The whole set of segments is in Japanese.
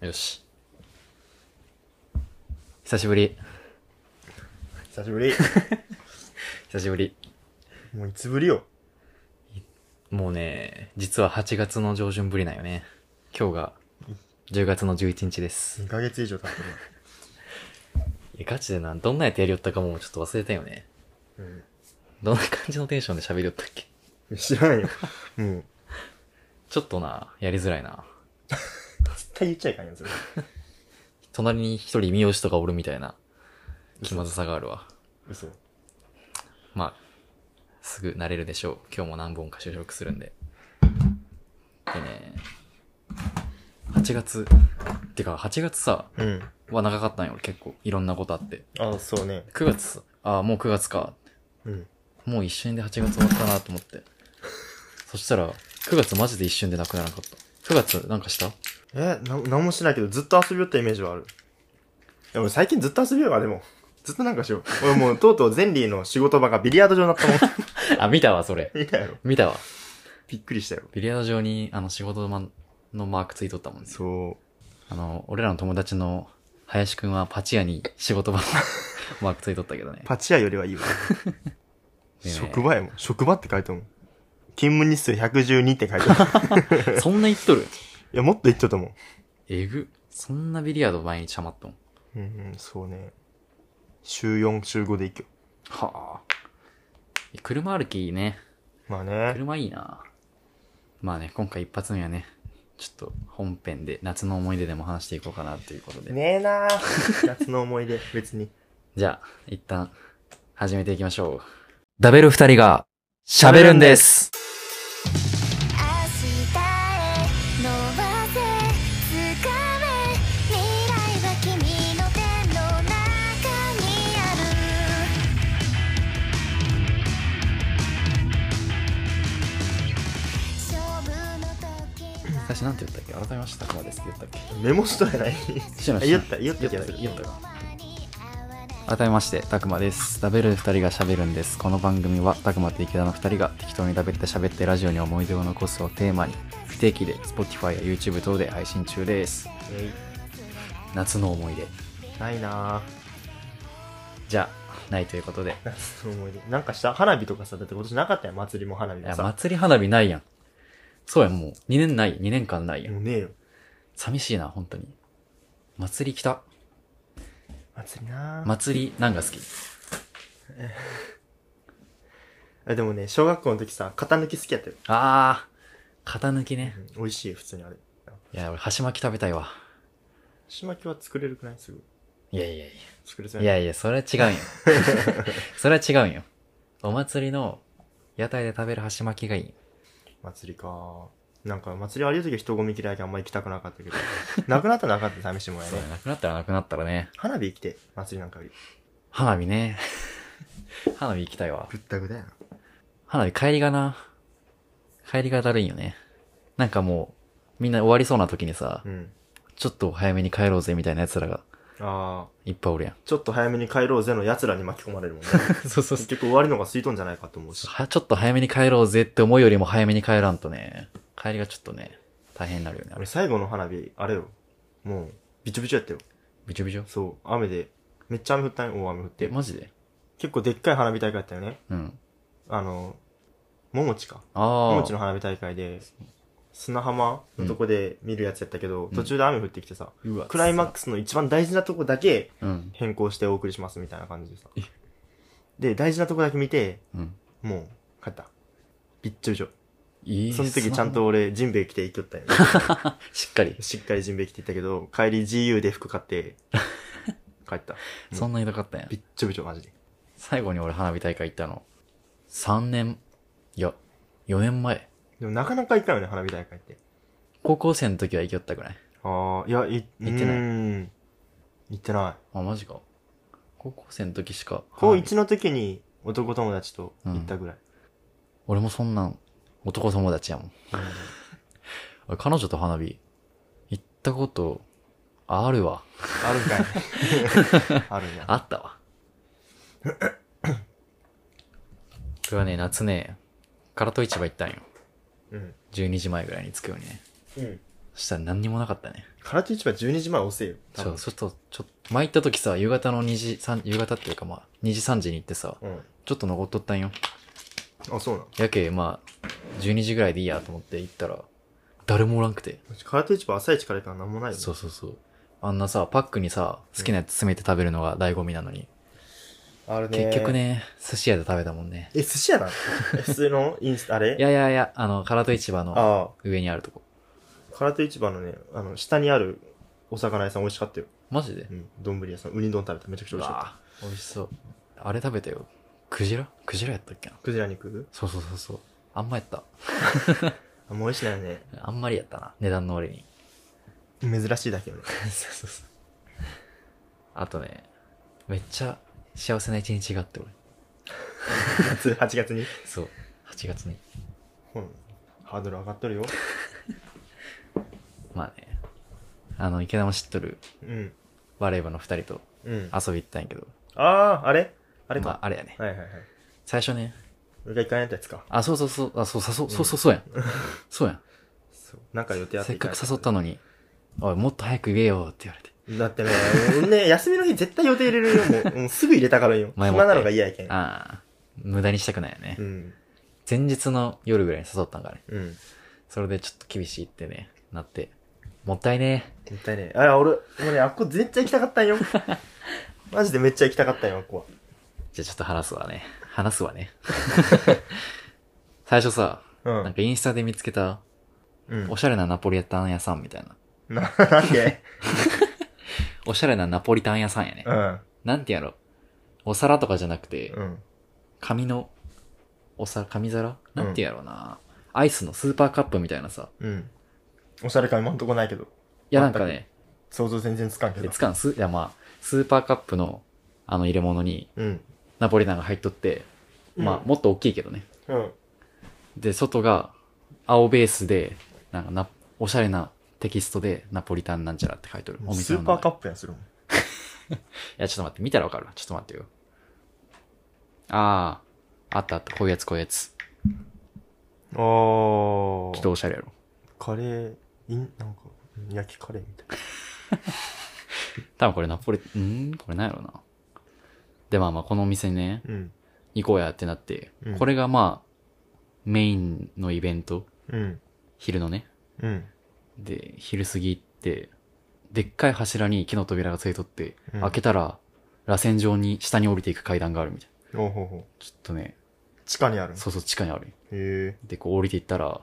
よし。久しぶり。久しぶり。 久しぶり。もういつぶりよ。もうね、実は8月の上旬ぶりなんよね。今日が10月の11日です。 2ヶ月以上経ってるえ、ガチでな、どんなやつやりよったかもちょっと忘れたよね。わ。どんな感じのテンションで喋りよったっけうん。知らんよ。もう、ちょっとな、やりづらいな。絶対言っちゃいかんやつ。隣に一人三好とかおるみたいな気まずさがあるわ。嘘。まあ、すぐ慣れるでしょう。今日も何本か就職するんで。でね、8月、てか8月さ、うん。は長かったんよ、俺結構。いろんなことあって。あ、そうね。 9月、ああ、もう9月か。うん。もう一瞬で8月終わったなと思って。そしたら、9月マジで一瞬でなくならなかった。9月なんかしたえ、な、なんもしないけど、ずっと遊びよったイメージはある。でも最近ずっと遊びようが、でも。ずっとなんかし よう。俺もう、とうとうゼンリーの仕事場がビリヤード場になったもん。あ、見たわ、それ。見たやろ。見たわ。びっくりしたよ。ビリヤード場に、あの、仕事ののマークついとったもんね。そあの、俺らの友達の林くんはパチ屋に仕事場のマークついとったけどねう。。パチ屋よりはいいわ。ね職場やもん。職場って書いてあるもん。勤務日数112って書い てある。そんな言っとるいや、もっと言っとったもん。えぐ。そんなビリヤード毎日ハマっとん。うん、うん、そうね。週4、週5で行くよ。はあ。車歩きいいね。まあね。車いいなまあね、今回一発目はね、ちょっと本編で夏の思い出でも話していこうかなということで。ねえなー夏の思い出、 別に。じゃあ、一旦始めていきましょう。ダベル二人が喋るんです明日へ伸ばせ掴め未来は君の手の中にある勝負の時は最初なんて言ったっけ改めましたくまですって言ったっけメモしとやないしてました言った言った気がする言ったか改めまして、たくまです。ダベル2人が喋るんです。この番組は、たくまと池田の2人が適当にダベって喋ってラジオに思い出を残すをテーマに、不定期で Spotify や YouTube 等で配信中です。え夏の思い出。いないなーじゃあ、ないということで。夏の思い出。なんかした花火とかさ、だって今年なかったよ、祭りも花火いもや、さ。祭り花火ないやん。そうや、もう、2年ない、2年間ないやん。もうねえよ。寂しいな、本当に。祭り来た。祭りなー、祭り、何が好きえでもね、小学校の時さ、型抜き好きやったよ。あー、型抜きねう。ん美味しい、普通にあれ。いや、俺、箸巻き食べたいわ。しまきは作れるくないすぐ。いやいやいや。作れそういややいや、それは違 うんよ。それは違うんよ。お祭りの屋台で食べる箸巻きがいい。な祭りかーなんか祭りある時は人混み嫌いであんま行きたくなかったけど。 なくなったらなかったら試してもらえそうねや。なくなったらなくなったらね。花火来て、祭りなんかより。花火ね。 花火行きたいわ。ぶったくだよな。花火帰りがな。帰りがだるいんよね。なんかもう、みんな終わりそうな時にさ、うん。ちょっと早めに帰ろうぜみたいな奴らがああ。いっぱいおるやん。ちょっと早めに帰ろうぜの奴らに巻き込まれるもんね。 そうそう結局終わるのが過ぎとんじゃないかと思うし。は、ちょっと早めに帰ろうぜって思うよりも早めに帰らんとね、帰りがちょっとね、大変になるよね。あれ俺最後の花火、あれよ。もう、びちょびちょやったよ。びちょびちょそう、雨で。めっちゃ雨降ったんよ大雨降っえ、て。マジで結構でっかい花火大会やったよね。うん。あの、ももちか。ああ。ももちの花火大会で、砂浜のとこで見るやつやったけど、途中で雨降ってきてさ、うわクライマックスの一番大事なとこだけうん。変更してお送りしますみたいな感じでさ。で、大事なとこだけ見て、うん。もう、帰った。びっちょびちょ。いいその時ちゃん。と俺、ジンベエ着て行きよったんよ。 しっかり。しっかりジンベエ着て行ったけど、帰り GU で服 買って、帰った。そんなに痛かったんや。びっちょびちょ、マジで。最後に俺花火大会行ったの。3年、いや、4年前。でもなかなか行かんよね、花火大会って。高校生の時は行きよったぐらい。ああ、いや、い、行ってないい。行ってない。あ、マジか。高校生の時しか。高花火1の時に男友達と行ったぐらい。俺もそんなん、男友達やもん。俺彼女と花火、行ったこと、あるわ。あるんかい。 あるんや。あったわ。 これはね、夏ね、唐戸市場行ったんよ。うん。 12時前ぐらいに着くようにね。うん。そしたら何にもなかったね。空手市場12時前遅いよ。そ多分う、。ちょっと、ちょっと、前行った時さ、夕方の2時、3、夕方っていうかまあ、2時3時に行ってさ、うん。ちょっと残っとったんよ。あ、そうなの。やけ、まあ、12時ぐらいでいいやと思って行ったら、誰もおらんくて。空手市場朝一から行からなんもないよね。そうそうそう。あんなさ、パックにさ、好きなやつ詰めて食べるのが醍醐味なのに。あれね。結局。ね、寿司屋で食べたもんね。え、寿司屋なのえ普通のインスタ、あれいやいやいや、あの、空戸市場のあ上にあるとこ。あ、空手市場のね、あの、下にあるお魚屋さん美味しかったよ。マジでうん。丼屋さん、ウニ丼食べた。めちゃくちゃう美味しかっわぁ美味しそう。あれ食べたよ。クジラクジラやったっけなた。クジラ肉そうそうそうそう。あんまやった。あ、もう美味しいないよね。あんまりやったな。値段の割に。珍しいだ けよね。そうそうそう。あとね、めっちゃ幸せな一日があって俺。夏、8月に。そう。8月に。うん。ハードル上がっとるよ。まあね。あの、池田も知っとるうん。バレー部の二人とうん。あ遊び行ったんやけど。あー、あれああれまか。あ、あれやね。はいはいはい。最初ね。俺が行かないやつか。あ、そうそうそう。あ、そうそう、そうそう、そうやん。そうやん。そう。なんか予定あってせっ行かかなくい誘ったのに、おい、もっと早く言えよって言われて。だってね、俺ね、休みの日絶対予定入れるよ。も う、もうすぐ入れたからよ。前暇もってなのが嫌やけん。ああ、無駄にしたくないよね。うん。前日の夜ぐらいに誘ったんからね。うん。もそれでちょっと厳しいってね、なって。もったいねったいね。あれ、俺、俺ね、あっこ絶対行きたかったん よ。マジでめっちゃ行きたかったんよ、あっこは。え。じゃあちょっと話すわね。話すわね。最初さ、うんなんかインスタで見つけた、うんおしゃれなナポリタン屋さんみたいな。な、なんでおしゃれなナポリタン屋さんやね。うん。 なんてやろお皿とかじゃなくて、うん。紙の、お皿、紙皿うんなんてやろうな、アイスのスーパーカップみたいなさ。うん。おしゃれ感今んとこないけど。いやなんかね、想像全然つかんけどで。つかんす、いやまあ、スーパーカップの、あの入れ物に、うん。ナポリタンが入っとって、まうあ、もっと大きいけどね。うん。で、外が、青ベースで、なんかな、おしゃれなテキストで、ナポリタンなんちゃらって書いてる。おス店のー名パ前ーカップやん、それも。いや、ちょっと待って、見たらわかるわ。ちょっと待ってよ。ああ、あったあった、こういうやつ、こういうやつ。きあっとおしゃれやろ。カレー、イン、なんか、うん焼きカレーみたい多分これナポリ、んこれなんやろな。で、まあまあ、このお店にね、な。うん。行こうやってなって、うんこれがまあ、メインのイベント、うん。昼のね。うん。で、昼過ぎ行って、でっかい柱に木の扉がついとって、うん開けたら、螺旋状に下に降りていく階段があるみたいな。おうほうほう。ちょっとね、地下にあるのそうそう地下にある。へえ。で、こう降りていったら、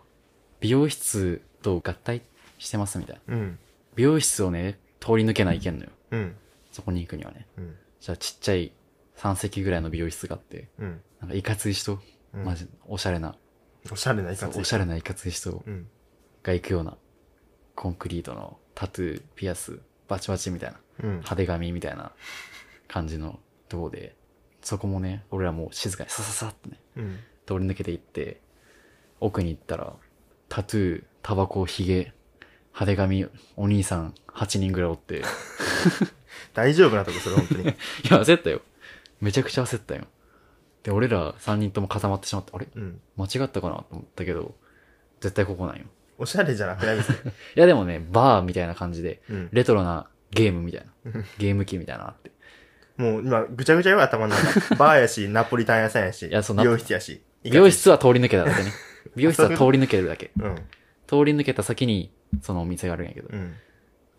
美容室と合体してますみたいな。うん。美容室をね、通り抜けないといけんのよ。うん。そこに行くにはね。うん。じゃあちっちゃい3席ぐらいの美容室があって、うん。なんかいかつい人、うんマジ、おしゃれな、おしゃれないかそつうおしゃれないかつい人うん。が行くような、コンクリートのタトゥー、ピアス、バチバチみたいな。うん。派手髪みたいな感じのとこで、そこもね、俺らもう静かにさささってね、うん。通り抜けていって、奥に行ったら、タトゥー、タバコ、ヒゲ、派手髪、お兄さん8人ぐらいおって、 い大丈夫なとこ、それ、本当に。や、焦ったよ。めちゃくちゃ焦ったよ。で、俺ら3人とも固まってしまって、あれうん。間違ったかなと思ったけど、絶対ここなんよ。おしゃれじゃなくないですね。いや、でもね、バーみたいな感じで、うんレトロなゲームみたいなうん、ゲーム機みたいなのあって。もう、今、ぐちゃぐちゃよ、頭 の中。バーやし、ナポリタン屋さんやし、いやそう美容室やし。美容室は通り抜けただけね。美容室は通り抜けるだけ。うん。通り抜けた先に、そのお店があるんやけど。うん。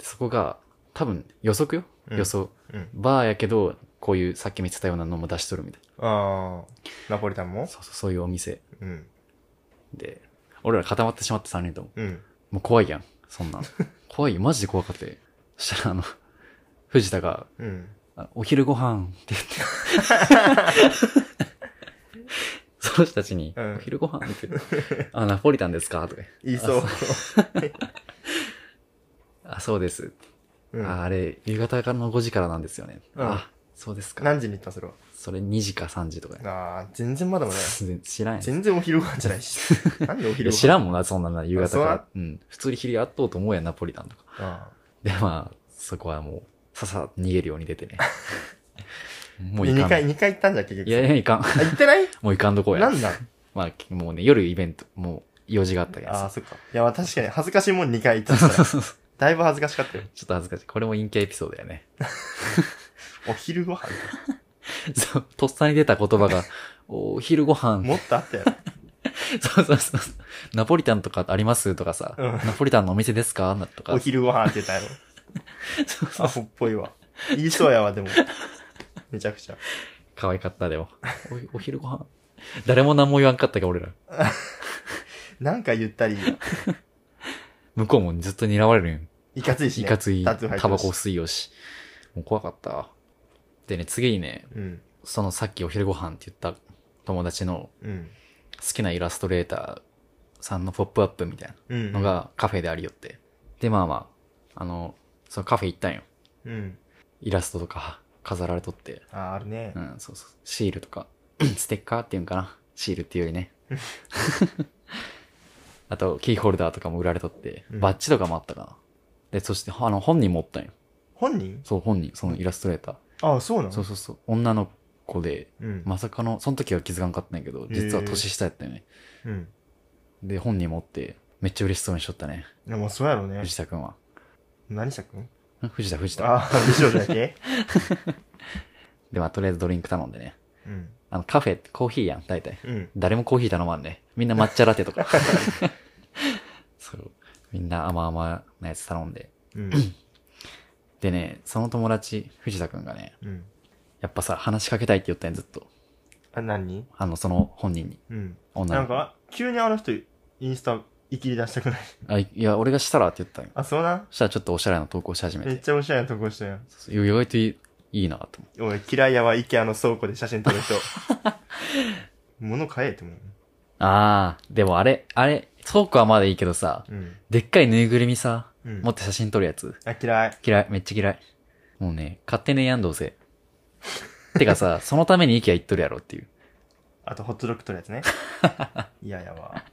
そこが、多分、予測よ、うん予想。うん。バーやけど、こういうさっき見てたようなのも出しとるみたいな。あー。ナポリタンもそうそう、そういうお店。うん。で、俺ら固まってしまって3人とも。うん。もう怖いやん。そん なん。怖いよ。マジで怖かって。そしたらあの、藤田が、うん。あお昼ご飯って言って。 その人たちに、うんお昼ご飯って言って、あ、ナポリタンですかとか。言いそう。あ、そうです。うん。ああれ、夕方からの5時からなんですよね。うんあ、そうですか。何時に行った、それは。それ2時か3時とかや。あー、全然まだま だや。全然知らんやん。全然お昼ご飯じゃな いし。なんでおい昼やご飯知らんもんな、そんなな、夕あ方そうかなら。うん。普通に昼やっとうと思うやん、ナポリタンとか。あで、まあ、そこはもう、さっさと逃げるように出 てね。もーうい二かん。回、い二回行ったんじゃん、結局。やいや、いかん。あ、行ってないもういかんどこや。なんだまあ、もうね、夜イベント、もう、用事があったやああ、そっか。いや、まあ確かに恥ずかしいもん2回言った から。つ。だいぶ恥ずかしかったよ。ちょっと恥ずかしい。これも陰キャエピソードやね。お昼 ご飯そう、とっさに出た言葉 が、お昼ご飯。もっとあったやそうそうそう。ナポリタンとかありますとかさ、うんナポリタンのお店ですかなとろ。かお。昼ご飯って言ったやろ。 そうそうアホっぽいわ。言いそうやわ、でも。めちゃくちゃ。可愛かったでも。おお昼ご飯。誰も何も言わんかったけど俺ら。なんか言ったり、向こうもずっと睨まれるんよいかついし、いね。かつい、タトゥー入ってるしタバコ吸いよし。もう怖かったわ。でね、次にね、うん。そのさっきお昼ご飯って言った友達のうん。好きなイラストレーターさんのポップアップみたいうん、う。なんの、がカフェでありよって。で、まあまあ、あの、そのカフェ行ったんよ。うん。イラストとか飾られとって。あーあるねう。ん、そうそう。シールとか、 ステッカーっていうんかな。シールっていうより ね。あと、キーホルダーとかも売られとって、うんバッジとかもあったかな。で、そして、あの、本人もおったんよ。本人そう、本人、そのイラストレーター。ああ、そうなのそうそうそう。女の子で、うん。まさかの、その時は気づかんかったんやけど、実は年下やったよね。うん。で、本人もおって、めっちゃ嬉しそうにしとったね。いや、もうそうやろね。藤田くん は。何したくんん藤田、藤田。ああ、美少女だけで、まあ、とりあえずドリンク頼んでね。うん。あの、カフェってコーヒーやん、大体。うん。誰もコーヒー頼まんね。みんな抹茶ラテとか。 そう。みんな甘々なやつ頼んで。うん。でね、その友達、藤田くんがね、うん。やっぱさ、話しかけたいって言ったんやずっと。あ、何あの、その本人に。うん。女なのん子。か、急にあの人、インスタ、いきり出したくないあいいや、俺がしたらって言ったんよ。あ、そうなそしたらちょっとおしゃれな投稿し始め。めってちゃおしゃれなとこしたやん。そうそう意外といいいいなと思う。おい、嫌いやわ、イケアの倉庫で写真撮る 人。物買えって思う。あー、でもあれ、あれ、倉庫はまだいいけどさ、うん。でっかいぬいぐるみさ、うん持って写真撮るやつ。あ、嫌い。嫌い、めっちゃ嫌い。もうね、勝手にやんどうせ。てか さ、そのために IKEA 行っとるやろっていう。あと、ホットドッグ撮るやつ ね。嫌やわ。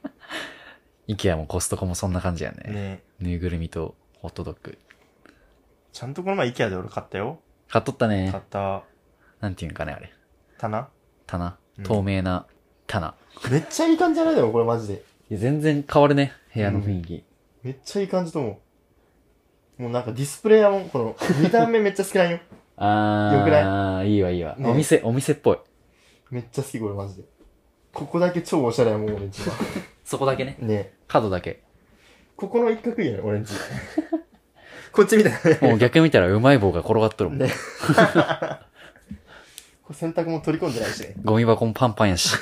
IKEA もコストコもそんな感じやね。ねえぬいぐるみとホットドッグ。ちゃんとこの前、イケアで俺買ったよ。買っとったね買っ。たなんていうんかね、あれ。棚。棚うん。透明な棚。めっちゃいい感じじゃないだろ、これマジで。いや全然変わるね、部屋の雰囲気。めっちゃいい感じと思う。もうなんかディスプレイやもん、この、見た目めっちゃ好きなんよ。 あー、よくいいわいいわ、ねお店、お店っぽい。めっちゃ好き、これマジで。ここだけ超おしゃれやもん、俺んちは。そこだけね。ね角だけ。ここの一角いいよね、俺ん ち。こっちみたいなもね。う逆見たらうまい棒が転がっと るもん。ねこう洗濯も取り込んでないしね。ゴミ箱もパンパンやし。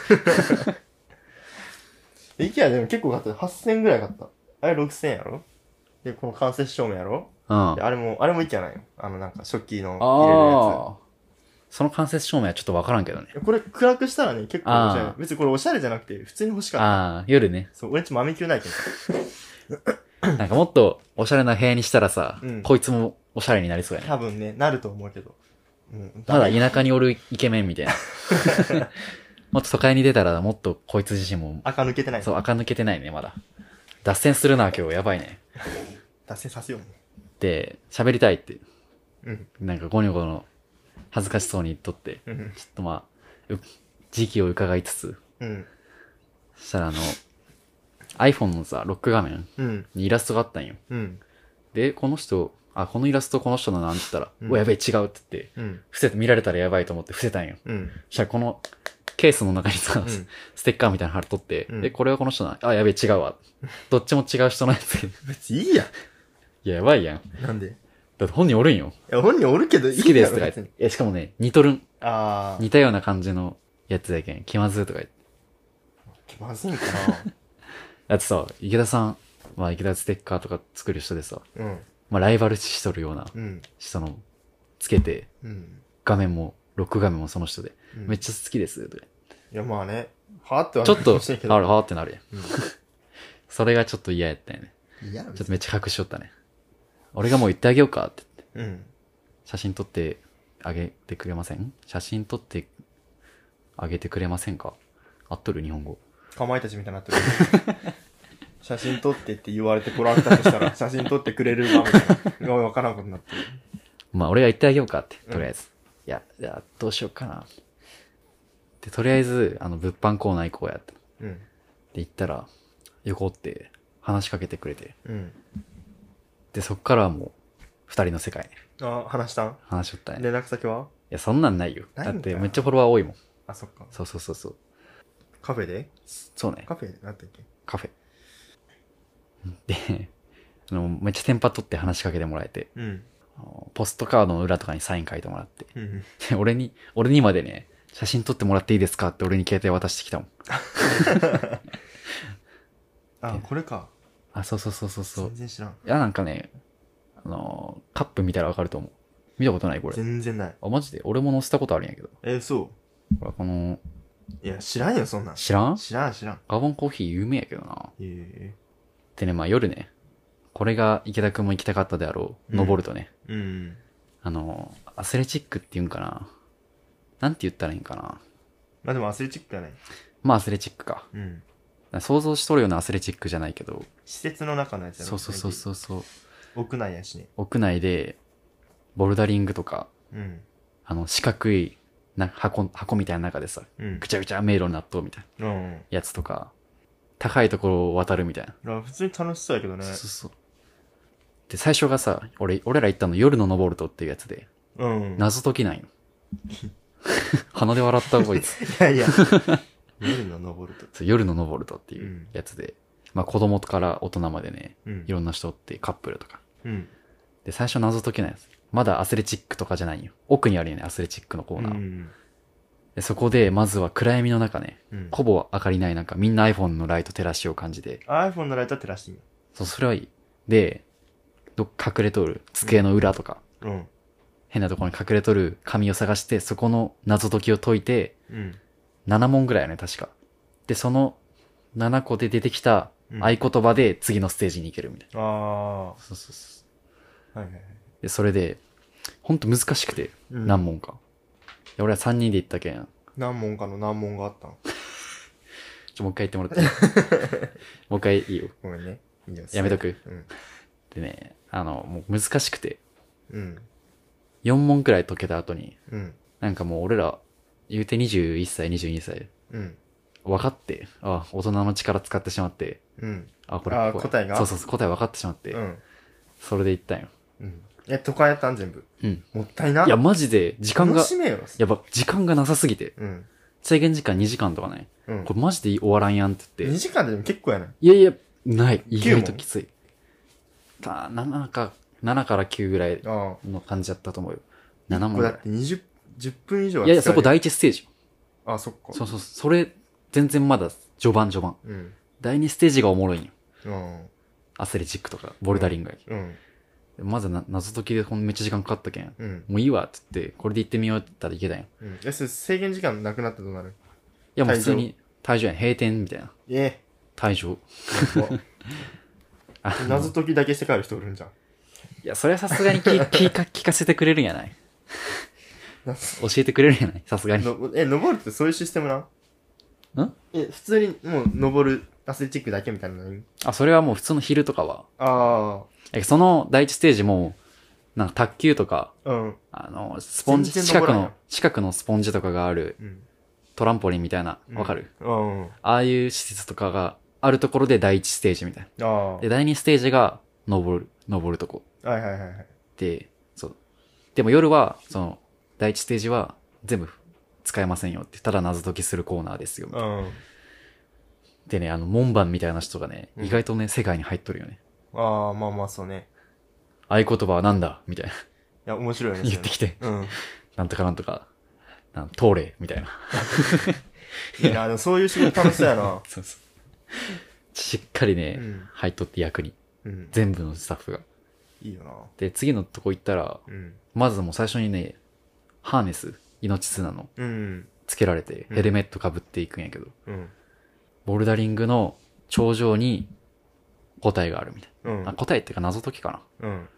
イケアでも結構買ったよ。8000円ぐらい買った。あれ6000円やろで、この間接照明やろうん。あであれも、あれもイケアなんよ。あのなんか食器の入れるやー。その間接照明はちょっとわからんけどね。つ。これ暗くしたらね、結構おしゃあれ。別にこれおしゃれじゃなくて、普通に欲しかっああ、夜ねた。。そう、俺んち豆球ないけど。 なんかもっとおしゃれな部屋にしたらさ、うんこいつもおしゃれになりそうや ね。多分ね、なると思うけど。うん。ただ田舎におるイケメンみたい な。 もっと都会に出たらもっとこいつ自身も、赤抜けてない。そう、垢抜けてないね、まだ。脱線するな、今日。やばいね。脱線させよで、喋りたいって。う。うん。なんかゴニョゴの恥ずかしそうに言っとって、うん。ちょっとまあ、う時期を伺いつつ、うん。そしたらあの、iPhone のさ、ロック画面うん。にイラストがあったんよ。うん。で、この人、あ、このイラストこの人のなんて言ったら、うんお、やべえ、違うって言って、うん。伏せて、見られたらやばいと思って伏せたんよ。うん。そしたらこのケースの中にさ、うんステッカーみたいなの貼っとって、うんえ、これはこの人な、あ、やべえ、違うわ。どっちも違う人のやつ。 い別にいいや。や、やばいやん。なんでだって本人おるんよ。いや、本人おるけどいい好きですとだか言ろ別っにて。え、しかもね、似とるん。あー。似たような感じのやつやけん。気まずいとか言って。気まずいんかだってさ、池田さん、まあ池田ステッカーとか作る人でさ、 なうん。まあライバル視しとるようなうん。人の、つけて、うん。画面も、ロック画面もその人で、うんめっちゃ好きです、とか言っていや、まあね。はーってはちょっ と、しいけあど。るはーってなるやん。うん それがちょっと嫌やったよね。いや、ちょっとめっちゃ隠しとったね。俺がもう言ってあげようかって言って。うん。写真撮ってあげてくれません写真撮ってあげてくれませんか合っとる日本語。かまいたちみたいになってる。 写真撮ってって言われてこられたとし たら、写真撮ってくれるわ、みたいな。おいわからんことになってる。まあ俺が言ってあげようかって、うんとりあえず。いや、いや、どうしようかな。で、とりあえず、あの、物販コーナー行こうやって。うん。で、行ったら、い横って話しかけてくれて。うん。で、そっからはもう、二人の世界ね。あ、話したん話しとったね。い連絡先はや、そんなんないよ。ないだんっかて、めっちゃフォロワー多いもん。あ、そっか。そうそうそうそう。カフェでそうね。カフェなんて言っカフェ。で、あの、めっちゃテンパっとって話しかけてもらえて、けうん。あのポストカードの裏とかにサイン書いてもらって、うん。で俺に、俺にまでね、写真撮ってもらっていいですかって俺に携帯渡してきたもん。あ、これか。あ、そうそうそうそうそう全。然知らん。いや、なんかね、あのーカップ見たらわかると思う。見たことないこれ。全然ない。あ、マジで俺も載せたことあるんやけど。えー、そほらこの、う。いや、知らんよ、そんなん。知らん知らん、知らん。ガボンコーヒー有名やけどな。えでね、まあ夜ね、これが池田くんも行きたかったであろう、うん登るとね、えうん。あのーアスレチックって言うんかな。なんて言ったらいいんかな。まあでもアスレチックじゃない。まあアスレチックか。うん。想像しとるようなアスレチックじゃないけど、施設の中のやつやろそうそうそうう。そうそう。屋内やしね。屋内で、ボルダリングとか、うん。あの、四角い、な、箱、箱みたいな中でさ、うんぐ。ちゃぐちゃ迷路になっとうみたいな。うん。やつとか、高いところを渡るみたいな。いや普通に楽しそうやけどね。そうそうそう。で、最初がさ、俺、俺ら行ったの夜のノボルトっていうやつで、うん。謎解きないの。 鼻で笑ったこいつ。いや いや。夜の登ると。そう夜のノボルトっていううんやつで、まあ子供から大人までね、うんい。ろんな人おってカップルとか。うん。で、最初謎解きないやつ。まだアスレチックとかじゃないよ。奥にあるよね、アスレチックのコーうナー。ん。でそこで、まずは暗闇の中ね、うん。ほぼ明かりない中、みんな iPhone のライト照らしを感じて、 iPhone のライト照らしてみよそう、それはいい。で、どっ隠れとる机の裏とか、う。うん。変なところに隠れとる紙を探して、そこの謎解きを解いて、うん。 7問ぐらいよね、確か。で、その7個で出てきたうん合言葉で次のステージに行けるみたいああ。はな。そうそうそう。いはいはい。で、それで、ほんと難しくて、うん何問か。で俺は3人で行ったけん、ちょ、何問かの何問があったのもう一回言ってもらって。 もう一回いいよ。ごめんね。いいよやめとく。うん。でね、あの、もう難しくて、うん。 4問くらい解けた後に、うん。なんかもう俺ら、言うて21歳、22歳、うん。分かって、あ、大人の力使ってしまって、うん。あ、これ、あーこれ答えがそうそうそう、答え分かってしまって、うん。それで行ったんよ。うん。え、都会やったん全部。うん。もったいな。いや、マジで、時間が楽、しめよ。やば、時間がなさすぎて、うん。制限時間2時間とかね、うんこ。れマジで終わらんやんって言2って、時間でも結構やない。いやいや、ない、意九問外ときつい。た7か、7から9ぐらいああ。の感じだったと思うよ。7問こぐれらだって20、10分以上い。はいやいや、そこだ第一ステージよ。あ、そっか。そうそうそう、それ、全然まだ、序盤序盤。うん。第2ステージがおもろいんよ。うん。アスレチックとか、ボルダリングやけうん。んまずな謎解きでほんめっちゃ時間かかったけん。うん。もういいわって言って、これで行ってみようって言ったらいけたんよ。うん。え、それ制限時間なくなったらどうなるいやもう普通に、退場やん。閉店みたいな。え退場。え。 あの謎解きだけして帰る人おるんじゃん。いや、それはさすがに 聞聞か聞かせてくれるんや ないな教えてくれるんやないさすがに。のえ、登るってそういうシステムなんんえ、普通にもう登るアスレチックだけみたいなのにあ、それはもう普通の昼とかは。あえその第一ステージも、なんか卓球とか、あ。うん。あの、スポンジ、全然近く登らんやのん、近くのスポンジとかがあるうん。トランポリンみたいな、わかる、うん。あああいう施設とかがあるところで第一ステージみたいな。あ。はで、い第2ステージが登る、登るとこ。はいはいはい。で、そう。でも夜は、その、第1ステージは全部使えませんよって、ただ謎解きするコーナーですよ。うん。でね、あの、門番みたいな人がね、うん意外とね、世界に入っとるよね。ああ、まあまあそうね。合言葉はなんだみたいな。いや、面白いよね。言ってきて、それねなんとかなんとか、なん、通れみたいな。。うん。いいな、でもそういう仕事楽しそうやなそうそう。しっかりね、うん入っとって役に。うん。全部のスタッフが。いいよな。で、次のとこ行ったら、うん。まずもう最初にね、ハーネス、命綱の、うん。つけられて、うんヘルメットかぶっていくんやけど、うん。ボルダリングの頂上に答えがあるみたいうな。あん。答えっていうか謎解きかな。うん。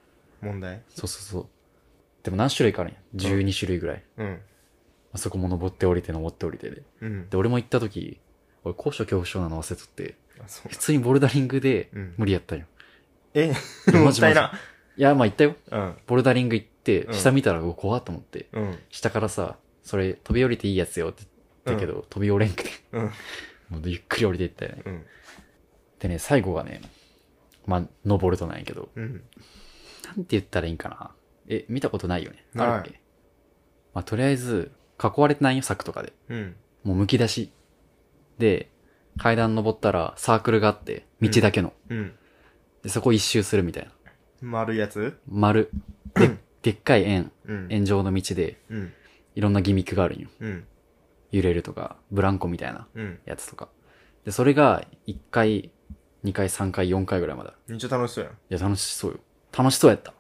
問題そうそうそう。でも何種類かあるんや。12種類ぐらい。うん。あそこも登って降りて登って降りてで。うん。で、俺も行った時、俺高所恐怖症なの忘れとって、あ、そう普。通にボルダリングでうん無理やったんよ。え、いやもマっジたいな。いや、まあ行ったよ。うん。ボルダリング行って、うん下見たらうわ怖っと思って、うん。下からさ、それ飛び降りていいやつよって言ったけど、飛び降れんくて、うん。もうゆっくり降りていったよね。うん。でね、最後がね、まあ、ノボルトなんやけど、うなん。んて言ったらいいんかな。え、見たことないよね。ないあるっけまあ、とりあえず、囲われてないよ、柵とかで。うん。もう剥き出し。で、階段登ったらサークルがあって、道だけの。うん。で、そこ一周するみたいな。丸いやつ丸。 で、でっかい円。うん。円状の道で、うん。いろんなギミックがあるんよ。うん。揺れるとか、ブランコみたいなうん。やつとか。で、それが、1回、2回、3回、4回ぐらいまである。めっちゃ楽しそうやん。いや、楽しそうよ。楽しそうや った。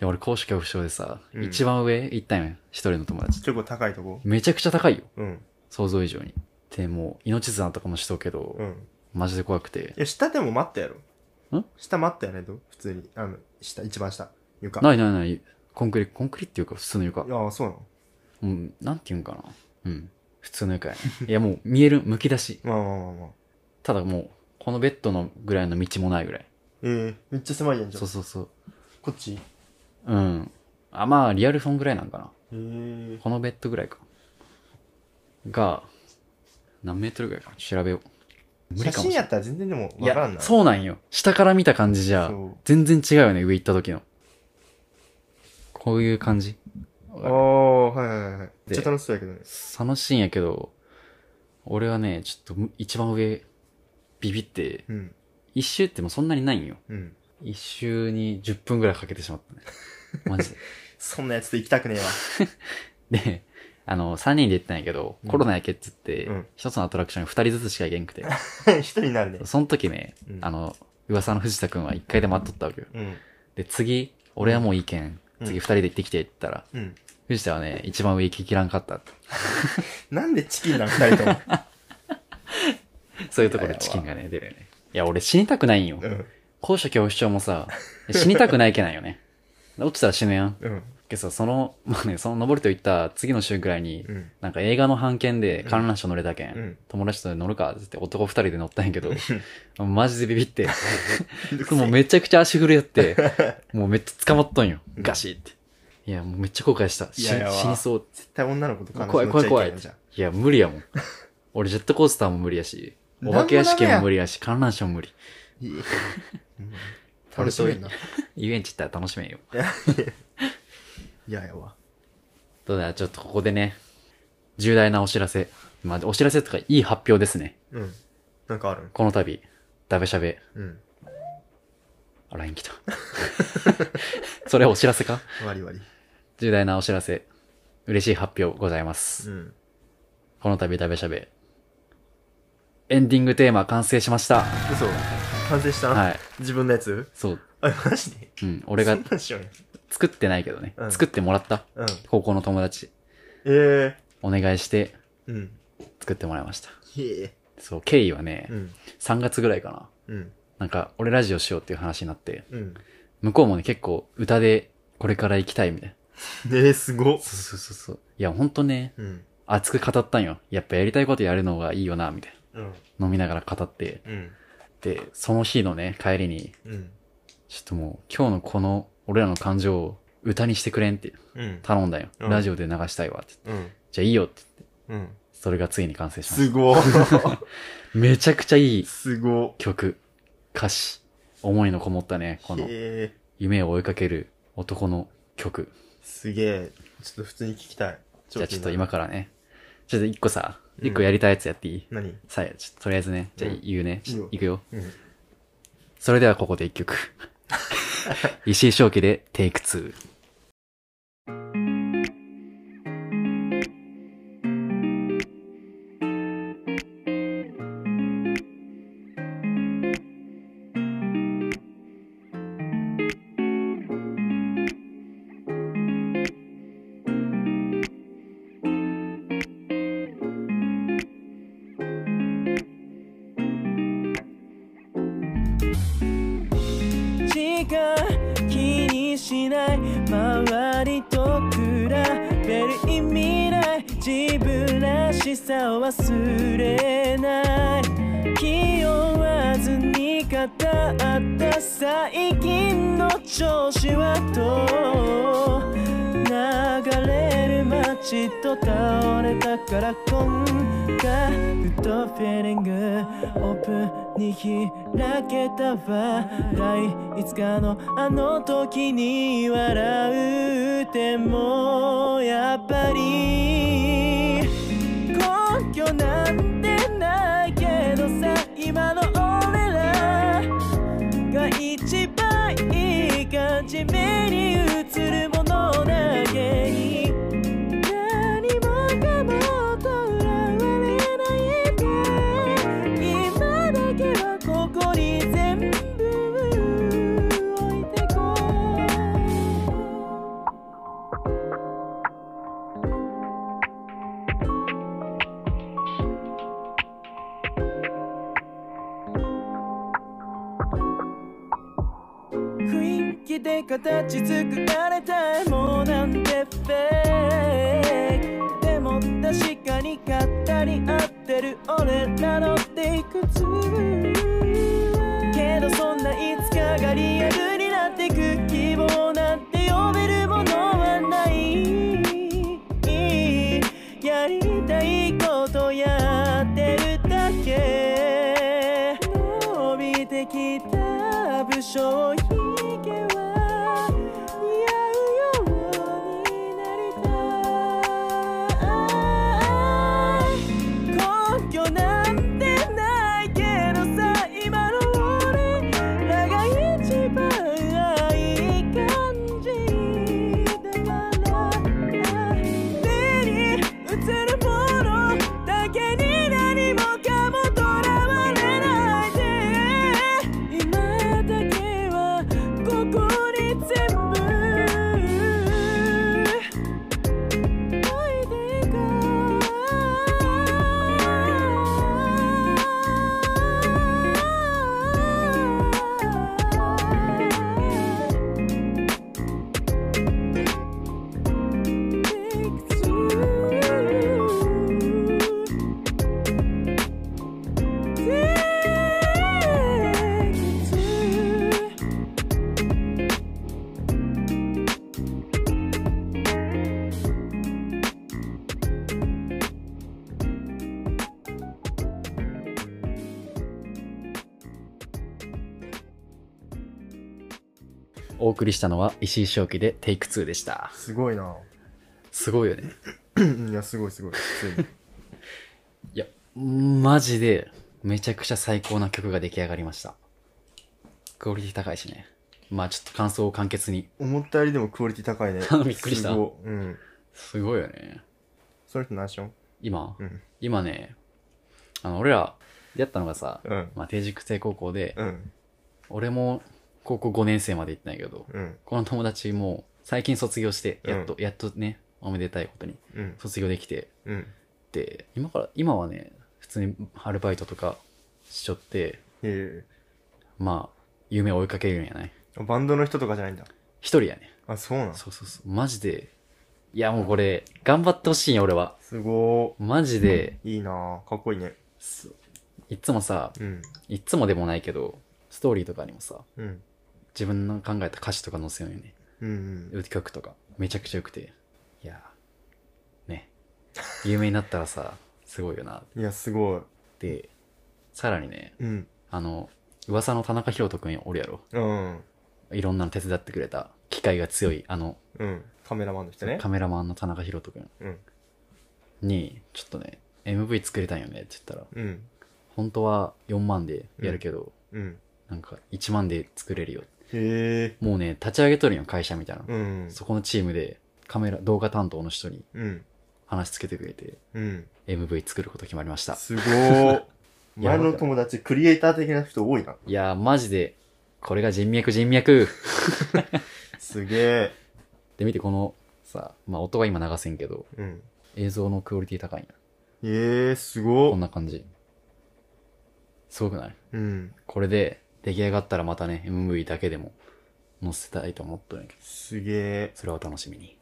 で、俺、公主恐怖症でさ、うん一番上行ったんよ。一人の友達と。結構高いとこめちゃくちゃ高いよ。うん。想像以上に。で、もう、命綱とかもしとうけど、うん。マジで怖くてい。や、下でも待ったやろ。ん下待ったやねと普通に。あの、下、一番下。床。ないないない、コンクリ、コンクリっていうか、普通の床。ああ、そうなのうん、なんていうんかな。うん。普通の床やね。いや、もう、見える、むき出し。まあまあまあまあ。ただもう、このベッドのぐらいの道もないぐらい。ええめっちゃ狭いやん じゃんそう。そうそう。こっちうん。あ、まあ、リアルフォンぐらいなんかな。ええこのベッドぐらいか。が、何メートルぐらいかな調べよう。無理写かもし真れやない。ったら全然でもいわからんや、な。う。そうなんよ。下から見た感じじゃそう、全然違うよね、上行った時の。こういう感じ。ああ、はいはいはいはい。めでっちゃ楽しそうやけどね。楽しいんやけど、俺はね、ちょっとむ一番上、ビビって、うん。一周ってもうそんなにないんよ。うん。一周に10分ぐらいかけてしまったね。マジで。そんなやつと行きたくねえわ。で、あの、3人で行ったんやけど、うんコロナやけっつってうん、一、つのアトラクションに2人ずつしか行けんくて、 一人になるね。その時ね、うんあの、噂の藤田くんは1回で待っとったわけよ。うん。で、次、俺はもういいけん。うん次2人で行ってきてって言ったら、うん。藤田はね、一番上行ききらんかったって。なんでチキンなん二人 とも。そういうところでチキンがね、出るよね。いや、俺死にたくないんよ。うん。高所恐怖症もさ、死にたくないけないよね。落ちたら死ぬやん。うん。けどさ、その、まあね、その登ると言った次の週ぐらいに、うん。なんか映画の版権で観覧車乗れたけん、うん友達と乗るかって言って男二人で乗ったんやけど、マジでビビ って、もうめちゃくちゃ足震えて、もうめっちゃ捕まっとんよ。うんガシって。いや、もうめっちゃ後悔した。しいやいや死にそうって。絶対女の子と彼怖い女乗怖いっちゃ怖いけいないじゃん。いや、無理や もん。俺ジェットコースターも無理やし、お化け屋敷も無理やし、観覧車も無理。いい俺楽しそういめうん な。い遊園地行ったら楽しめんよ。ややわ。どうだ、ちょっとここでね、重大なお知らせ。まあ、お知らせとかいい発表ですね。うん。なんかあるこの度、ダベしゃべ、うん。あ、LINE 来た。 それお知らせか割り割重大なお知らせ。嬉しい発表ございます。り。うん。この度ダベしゃべ。エンディングテーマ完成しました。嘘。完成したはい。自分のやつそう。あ、マジでうん。俺がそんなんしようよ作ってないけどねう。ん作ってもらった。うん。高校の友達。えお願いしてえ。うん。作ってもらいました。へえ。そう、経緯はねう、ん。 3月ぐらいかな。うん。なんか、俺ラジオしようっていう話になって、うん。向こうもね、結構歌でこれから行きたいみたいな。ええ、すごっ。そうそうそうそう。いや、ほんとね、うん。熱く語ったんよ。やっぱやりたいことやるのがいいよな、みたいうん。な。飲みながら語って。うん。で、その日のね、帰りに、うん。ちょっともう、今日のこの、俺らの感情を歌にしてくれんってうん。頼んだよ。うんラジオで流したいわって。うん。じゃあいいよって。うん。それがついに完成しましすごっ。た。めちゃくちゃいいすごっ。曲、歌詞、思いのこもったね、この、へえ。夢を追いかける男の曲。すげえ。ちょっと普通に聞きたい。じゃあちょっと気に今なる。からね。ちょっと一個さ、うん一個やりたいやつやっていい、何さあ、ちょっととりあえずね、じゃあうん言うね。いいよいくよ。うん。それではここで一 曲。石井正樹でテイク2。時間気にしない周りと比べる意味ない自分らしさを忘れない気負わずに語った最近の調子はどう流れる街と倒れたから今がふとフィーリングオープンに開けた笑いいつかのあの時に笑うでもやっぱり根拠なんてないけどさ今の俺らが一番いい感じ目に映るものだけに何もかもとらわれないで今だけはここに全部置いてこう雰囲気で形作られたいもうなんてフェイクでも確かに語り合ってる俺なのっていくつけどそんないつかがリアルになってく希望なんて呼べるものはないやりたいことやってるだけ伸びてきた武将髭は似合うようになりたい根拠なんてないけどさ今の俺らが一番いい感じだから目に映るものだけに何もかもとらわれないで今だけはここに全部置いていこう Take two. お送りしたのは石井正樹でテイク2でした。すご いなすごいよね。いや、すごいすごい。ついにいや、マジでめちゃくちゃ最高な曲が出来上がりました。クオリティ高いしね。まあちょっと感想を簡潔に。思ったよりでもクオリティ高いね 。びっくりしたすごいうん。すごいよね。それと何しよ今、うん今ね、あの、俺ら出会ったのがさ、うんまあ定塾生高校で、ううん。俺も高校5年生まで行ってないけど、うん。この友達も最近卒業して、やっと、うやっとね、おめでたいことにうん。卒業できて、うん。で、今から、今はね、普通にアルバイトとかしちょって、えまあ、夢を追いかけるんやないえバンドの人とかじゃないんだ。一人やね。あ、そうなんそうそうそう。マジで。いや、もうこれ、頑張ってほしいんよ、俺は。すごマジで、ー。いいなぁ。かっこいいね。そういっつもさ、うん。いっつもでもないけど、ストーリーとかにもさ、うん。自分の考えた歌詞とか載せようよね。うんうん。曲とか。めちゃくちゃ良くて。いやー、ね。有名になったらさ、すごいよな。いや、すごい。で、さらにね、うん。あの、噂の田中宏斗くんおるやろ。うん。いろんなの手伝ってくれた、機械が強い、あの、うん。カメラマンの人ねカ。メラマンの田中宏斗くん。うん。に、ちょっとね、MV 作りたいよねって言ったら、うん。本当は4万でやるけど、うん。なんか1万で作れるよ。へえ。もうね、立ち上げとるよ、会社みたいな。うん。そこのチームで、カメラ、動画担当の人にうん。話つけてくれて、うん。 MV 作ること決まりました。すごー。 やば前いの友達、クリエイター的な人多いな。いやー、マジで、これが人脈、人脈すげで、見てこの、さ、まあ音は今流せんけど、え。うん。映像のクオリティ高いんや。ええ、すこんごー。な感じ。すごくないうん。これで、出来上がったらまたね、MV だけでも、載せたいと思っとるんやけど、すげえ。それはお楽しみに。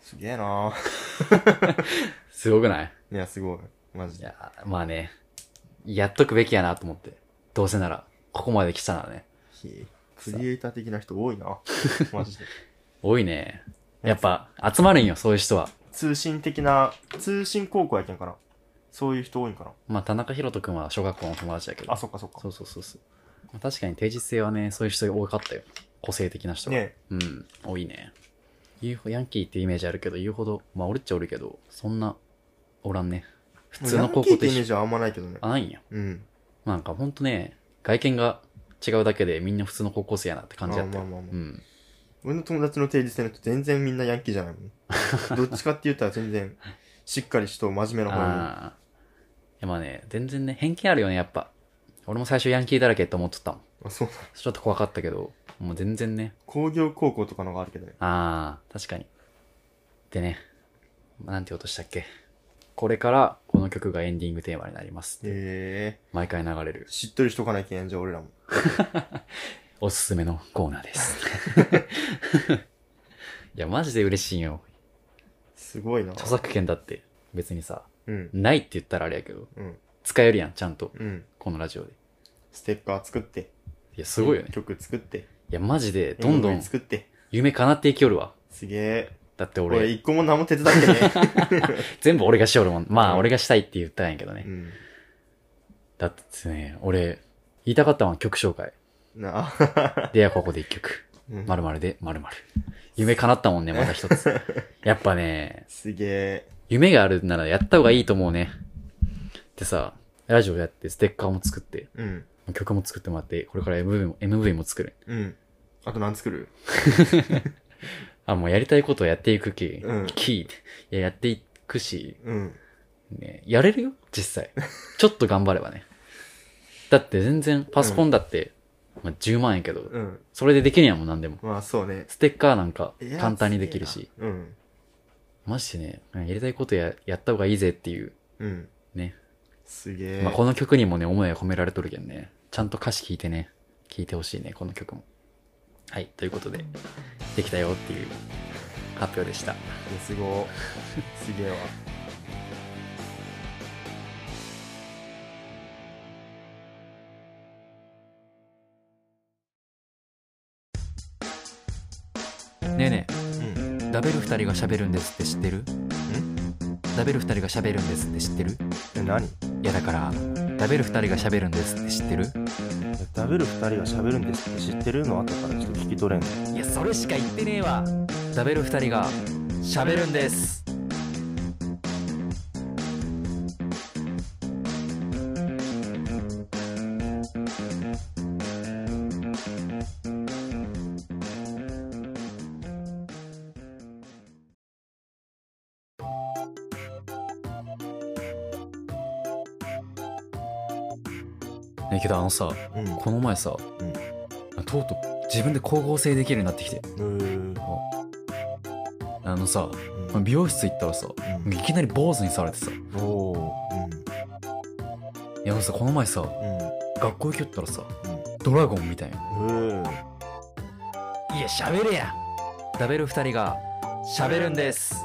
すげえなー。すごくないいや、すごい。マジいで。やー、まあね、やっとくべきやなと思って。どうせなら、ここまで来たならね。 ひークリエイター的な人多いな。マジで。多いね。やっぱ集まるんよ、そういう人は。通信的な、通信高校やけんかな。そういう人多いんかな。まあ、田中宏斗くんは小学校の友達やけど。あ、そっかそっか。そうそうそうそう。まあ確かに定時制はね、そういう人多かったよ。個性的な人が。ねうん、多いね。言うほヤンキーってイメージあるけど、言うほど、まあ、おるっちゃおるけど、そんな、おらんね。普通の高校ヤンキーってとイメー一緒。ジはあんまないけどね。あ、ないんや。うん。なんかほんとね、外見が違うだけでみんな普通の高校生やなって感じだったよ。あまあまあまあうん。俺の友達の定時制の人全然みんなヤンキーじゃないもんね。 どっちかって言ったら全然、しっかりしと真面目な方に。ああ。いやまあね、全然ね、偏見あるよね、やっぱ。俺も最初ヤンキーだらけって思っとったもん。あ、そうだ。ちょっと怖かったけど、もう全然ね。工業高校とかのがあるけどね。ああ、確かに。でね、まあなんて言おうとしたっけ。これからこの曲がエンディングテーマになります。へえ毎回流れるー。しっとりしとかなきゃいけんじゃあ俺らも。おすすめのコーナー です。いや、マジで嬉しいよ。すごいな。著作権だって別にさ、うん。ないって言ったらあれやけど、うん。使えるやん、ちゃんと。うん。このラジオで。ステッカー作って。いや、すごいよね。曲作って。いや、マジで、どんど MV ん作って。夢叶っていきよるわ。すげえ。だって俺、俺一個も何も手伝ってね。全部俺がしよるもん。まうあ、ん俺がしたいって言ったんやけど ね。うん。だってね、俺、言いたかったのは曲紹介。な あ。では、ここで一曲。うんまるまるで、まるまる。夢叶ったもんね、また一つ。やっぱね、すげえ。夢があるならやった方がいいと思うね。でさ、ラジオやって、ステッカーも作って、うん。曲も作ってもらって、これから MV も MV も作る。うん。あと何作るあ、もうやりたいことをやっていくき、うんき、いや、やっていくし、うん。ね、やれるよ、実際。 ちょっと頑張ればね。だって全然、パソコンだって、まあ、10万円やけど、うん。それでできるやんもん、なんでも。まあそうね。ステッカーなんかいや簡単にできるし、。すげえなうん。マジでね、やりたいことややった方がいいぜっていう、うん。ね。すげえ。まあ、この曲にもね、思いが込められとるけんね。ちゃんと歌詞聞いてね、聞いてほしいね、この曲も。はい、ということで、できたよっていう発表でした。いやすごい。すげえわ。ねえねうん。え、ダベル二人が喋るんですって知ってるダベル二人が喋るんですって知ってるえ、何いやだから、ダベル二人が喋るんですって知ってるダブル二人が喋るんですって知ってるの後からちょっと聞き取れんいや、それしか言ってねえわ。ダベル二人が喋るんです。ねえけどあのさ、うん。うこの前さ、うんとうとう自分で光合成できるようになってきてーん。あのさうん美容室行ったらさいきなり坊主にされてさいうん。おー。やあのさこの前さうん。うん。学校行きよったらさうん。ドラゴンみたいなうん。いや喋れや食べる二人が喋るんです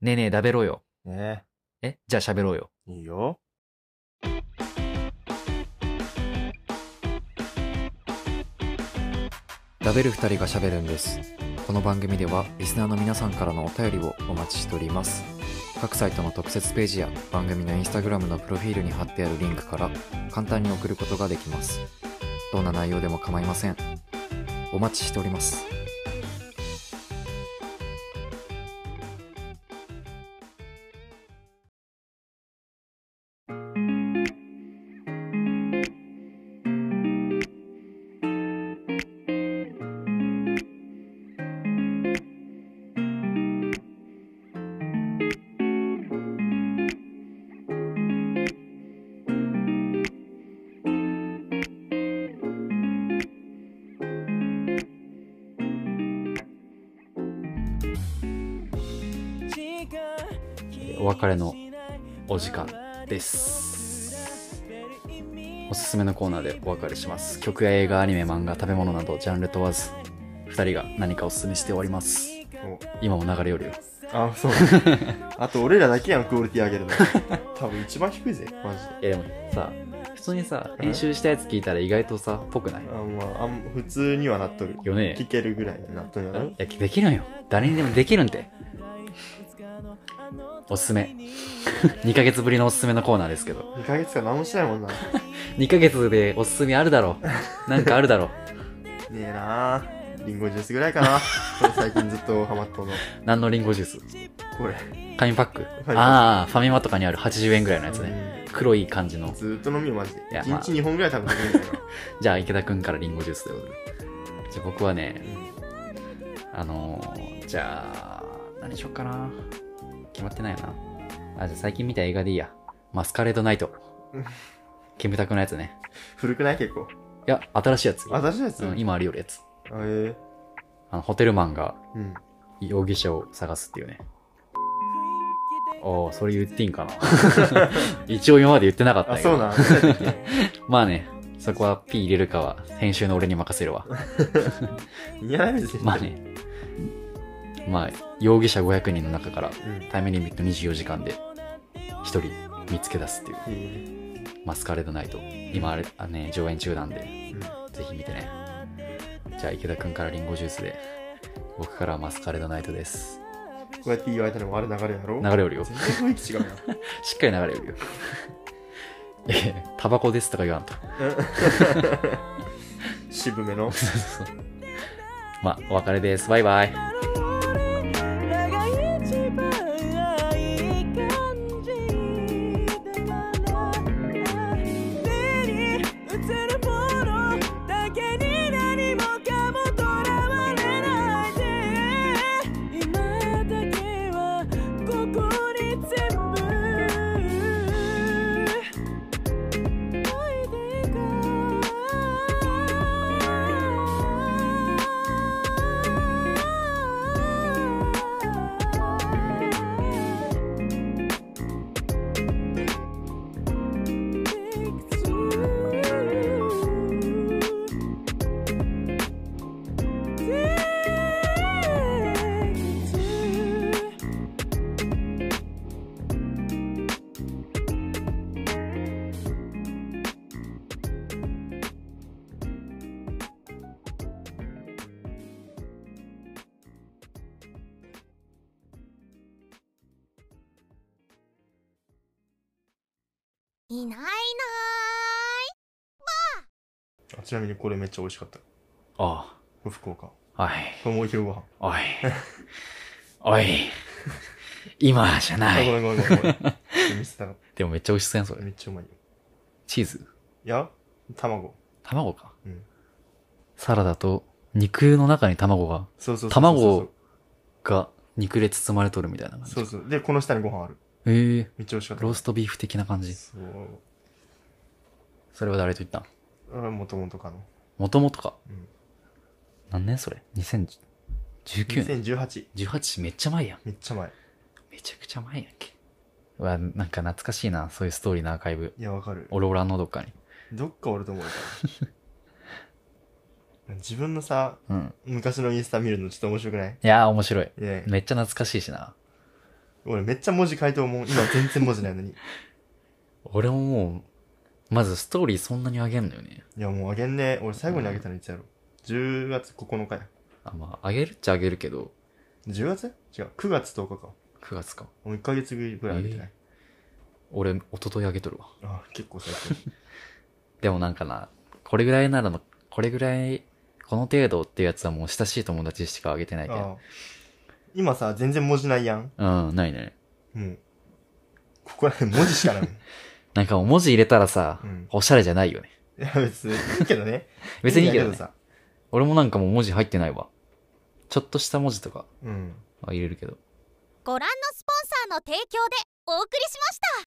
ねえねえ食べろうよねえじゃあ喋ろうよいいよ。ラベル2人が喋るんですこの番組ではリスナーの皆さんからのお便りをお待ちしております各サイトの特設ページや番組のインスタグラムのプロフィールに貼ってあるリンクから簡単に送ることができますどんな内容でも構いませんお待ちしておりますお別れのお時間ですおすすめのコーナーでお別れします曲や映画アニメ漫画食べ物などジャンル問わず2人が何かおすすめしておりますお今も流れよるよあ そうあと俺らだけやんクオリティ上げるの多分一番低いぜマジでいやでもさ普通にさうん編集したやつ聞いたら意外とさぽくないあまああん普通にはなっとるよね聞けるぐらいになっとるんうやんいろやできるんよ誰にでもできるんでおすすめ 2ヶ月ぶりのおすすめのコーナーですけど2ヶ月間何もしないもんなね2ヶ月でおすすめあるだろう なんかあるだろえなあリンゴジュースぐらいかなこれ最近ずっとハマっとんのう何のリンゴジュースこれ紙パックパックああファミマとかにある80円ぐらいのやつねね黒い感じのずーっと飲みよマジでいや一まあ日2本ぐらい多分飲むん だよじゃあ池田くんからリンゴジュースということでじゃあ僕はねなあのー、じゃあ何しよっかな決まってないなあじゃあ最近見た映画でいいやマスカレードナイトうんキムタクのやつね古くない結構いや新しいやつ私のやつうん、今あるよるやつあえあのホテルマンがえうん容疑者を探すっていうねおおそれ言っていいん かな一応今まで言ってなかったんあやけどそう なんまあねそこは P 入れるかは編集の俺に任せるわいや別にまあねまあ容疑者500人の中からうんタイムリミット24時間で1人見つけ出すっていうえマスカレードナイト今あれあね上演中なんでえうんぜひ見てねじゃあ池田くんからリンゴジュースで僕からはマスカレードナイトですこうやって言われたのもあれ流れやろ流れよりよ全然雰囲気違うなしっかり流れるよ。 ええ、タバコですとか言わんと。渋めのまあ、お別れです。バイバイ。れが一番いい感じだから目に映るものだけに何もかもとらわれないで今だけはここに全部おいでがいないいないあちなみにこれめっちゃ美味しかったこあれ福岡あ、おい、これもうお昼ご飯おい、 おい、今じゃあなごい。 めんごめんごめんごめんちょっと見せたかっでもめっちゃ美味しそうやん、そたれ。めっちゃうまいよチーズいや卵卵か。うんサラダと、肉の中に卵が、そうそうそうそう卵が、肉で包まれとるみたいな感じ。そうそうでこの下にご飯あるええめっちゃ美味しかったローストビーフ的な感じ。そうそれは誰と言ったんあもともとかのもともとか。うん何年それ ?2019 年。 2018 18めっちゃ前やん。めっちゃ前めちゃくちゃ前やっけうわなんか懐かしいなそういうストーリーのアーカイブいやわかるオロオラのどっかにどっかおると思うから 自分のさうん昔のインスタ見るのちょっと面白くないいやー面白いねめっちゃ懐かしいしな俺めっちゃ文字書いて思う今全然文字ないのに 俺ももうまずストーリーそんなに上げんのよねいやもうあげんね俺最後にあげたのいつやろ10月9日やあまあ上げるっちゃ上げるけど10月違う9月10日かも9月かう1ヶ月ぐらいあげてない、俺一昨日上げとるわあ結構最 近でもなんかなこれぐらいならのこれぐらいこの程度っていうやつはもう親しい友達しか上げてないけあど今さ全然文字ないやんうんないねもうここら辺文字しか ないもんいなんかもう文字入れたらさ、うんおしゃれじゃないよねや別にいいけどね別にいいけど,、んね、やさ俺もなんかもう文字入ってないわちょっとした文字とかうんは入れるけどご覧のスポンサーの提供でお送りしました